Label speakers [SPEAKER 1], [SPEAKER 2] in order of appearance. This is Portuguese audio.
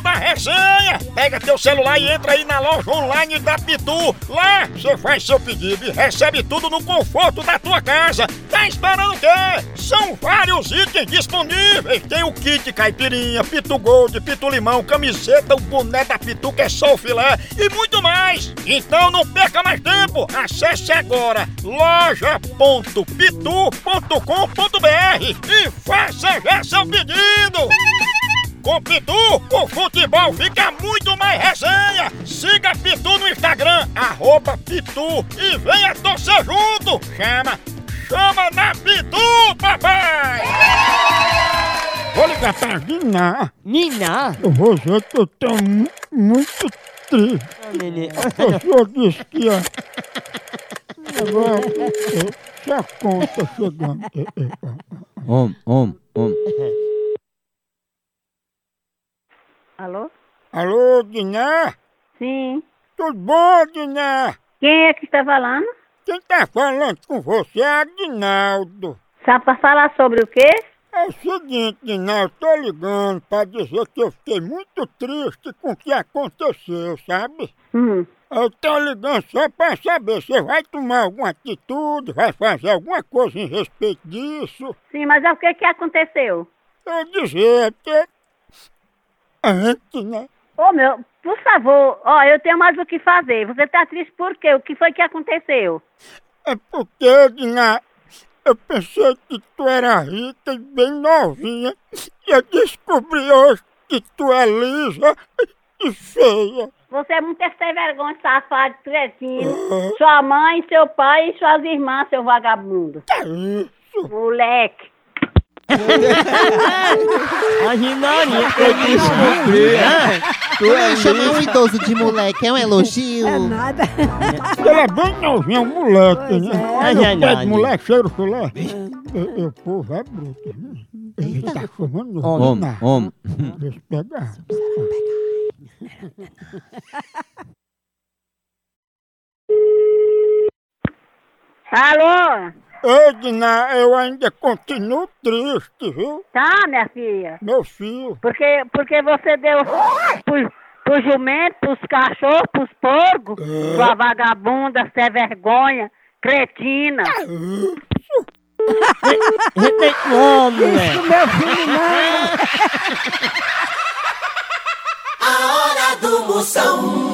[SPEAKER 1] da resenha. Pega teu celular e entra aí na loja online da Pitu. Lá você faz seu pedido e recebe tudo no conforto da tua casa. Tá esperando o quê? São vários itens disponíveis. Tem o kit caipirinha, Pitu Gold, Pitu Limão, camiseta, o boné da Pitu que é só o filé e muito mais. Então não perca mais tempo. Acesse agora loja.pitu.com.br e faça já seu pedido. Com Pitu, o futebol fica muito mais resenha. Siga Pitu no Instagram, arroba Pitu e venha torcer junto. Chama, chama na Pitu, papai! Vou ligar pra Guiná.
[SPEAKER 2] Nina!
[SPEAKER 1] Eu vou dizer que eu tô mu- muito triste. É O senhor disse que ia... Agora, eh, se a conta chegando... eh, eh, eh.
[SPEAKER 3] Om, om, om.
[SPEAKER 4] Alô?
[SPEAKER 1] Alô, Guiná?
[SPEAKER 4] Sim.
[SPEAKER 1] Tudo bom, Guiná?
[SPEAKER 4] Quem é que está falando?
[SPEAKER 1] Quem tá falando com você é Agnaldo.
[SPEAKER 4] Sabe para falar sobre o quê?
[SPEAKER 1] É o seguinte, Agnaldo, tô ligando pra dizer que eu fiquei muito triste com o que aconteceu, sabe?
[SPEAKER 4] Hum.
[SPEAKER 1] Eu tô ligando só pra saber se vai tomar alguma atitude, vai fazer alguma coisa em respeito disso.
[SPEAKER 4] Sim, mas é o que que aconteceu?
[SPEAKER 1] Eu dizer, é porque... Antes, né?
[SPEAKER 4] Ô meu, por favor, ó, eu tenho mais o que fazer. Você tá triste por quê? O que foi que aconteceu?
[SPEAKER 1] É porque, Dina, eu pensei que tu era rica e bem novinha. E eu descobri hoje que tu é lisa e feia.
[SPEAKER 4] Você é muito sem vergonha, safado, cretino. Sua mãe, seu pai e suas irmãs, seu vagabundo.
[SPEAKER 1] Que isso?
[SPEAKER 4] Moleque.
[SPEAKER 2] A Rinarinha!
[SPEAKER 5] Chamar um idoso de moleque é um elogio. É nada.
[SPEAKER 1] Ela é bem novinha, um moleque, né? Aí
[SPEAKER 2] Ai,
[SPEAKER 1] eu
[SPEAKER 2] ai,
[SPEAKER 1] pego
[SPEAKER 2] ai.
[SPEAKER 1] mulher, cheiro filé. Eu, eu, povo é bruto. né? Ele tá fumando né? no
[SPEAKER 3] Om,
[SPEAKER 1] Dina.
[SPEAKER 3] om.
[SPEAKER 1] Deixa eu pegar.
[SPEAKER 4] Alô?
[SPEAKER 1] Ei, Dina, eu ainda continuo triste, viu?
[SPEAKER 4] Tá, minha filha?
[SPEAKER 1] Meu filho.
[SPEAKER 4] Porque, porque você deu pro, pro jumento, pros cachorros, pros porcos, sua vagabunda, sem vergonha, cretina.
[SPEAKER 2] Respeita o homem, moleque!
[SPEAKER 6] A hora do Moção.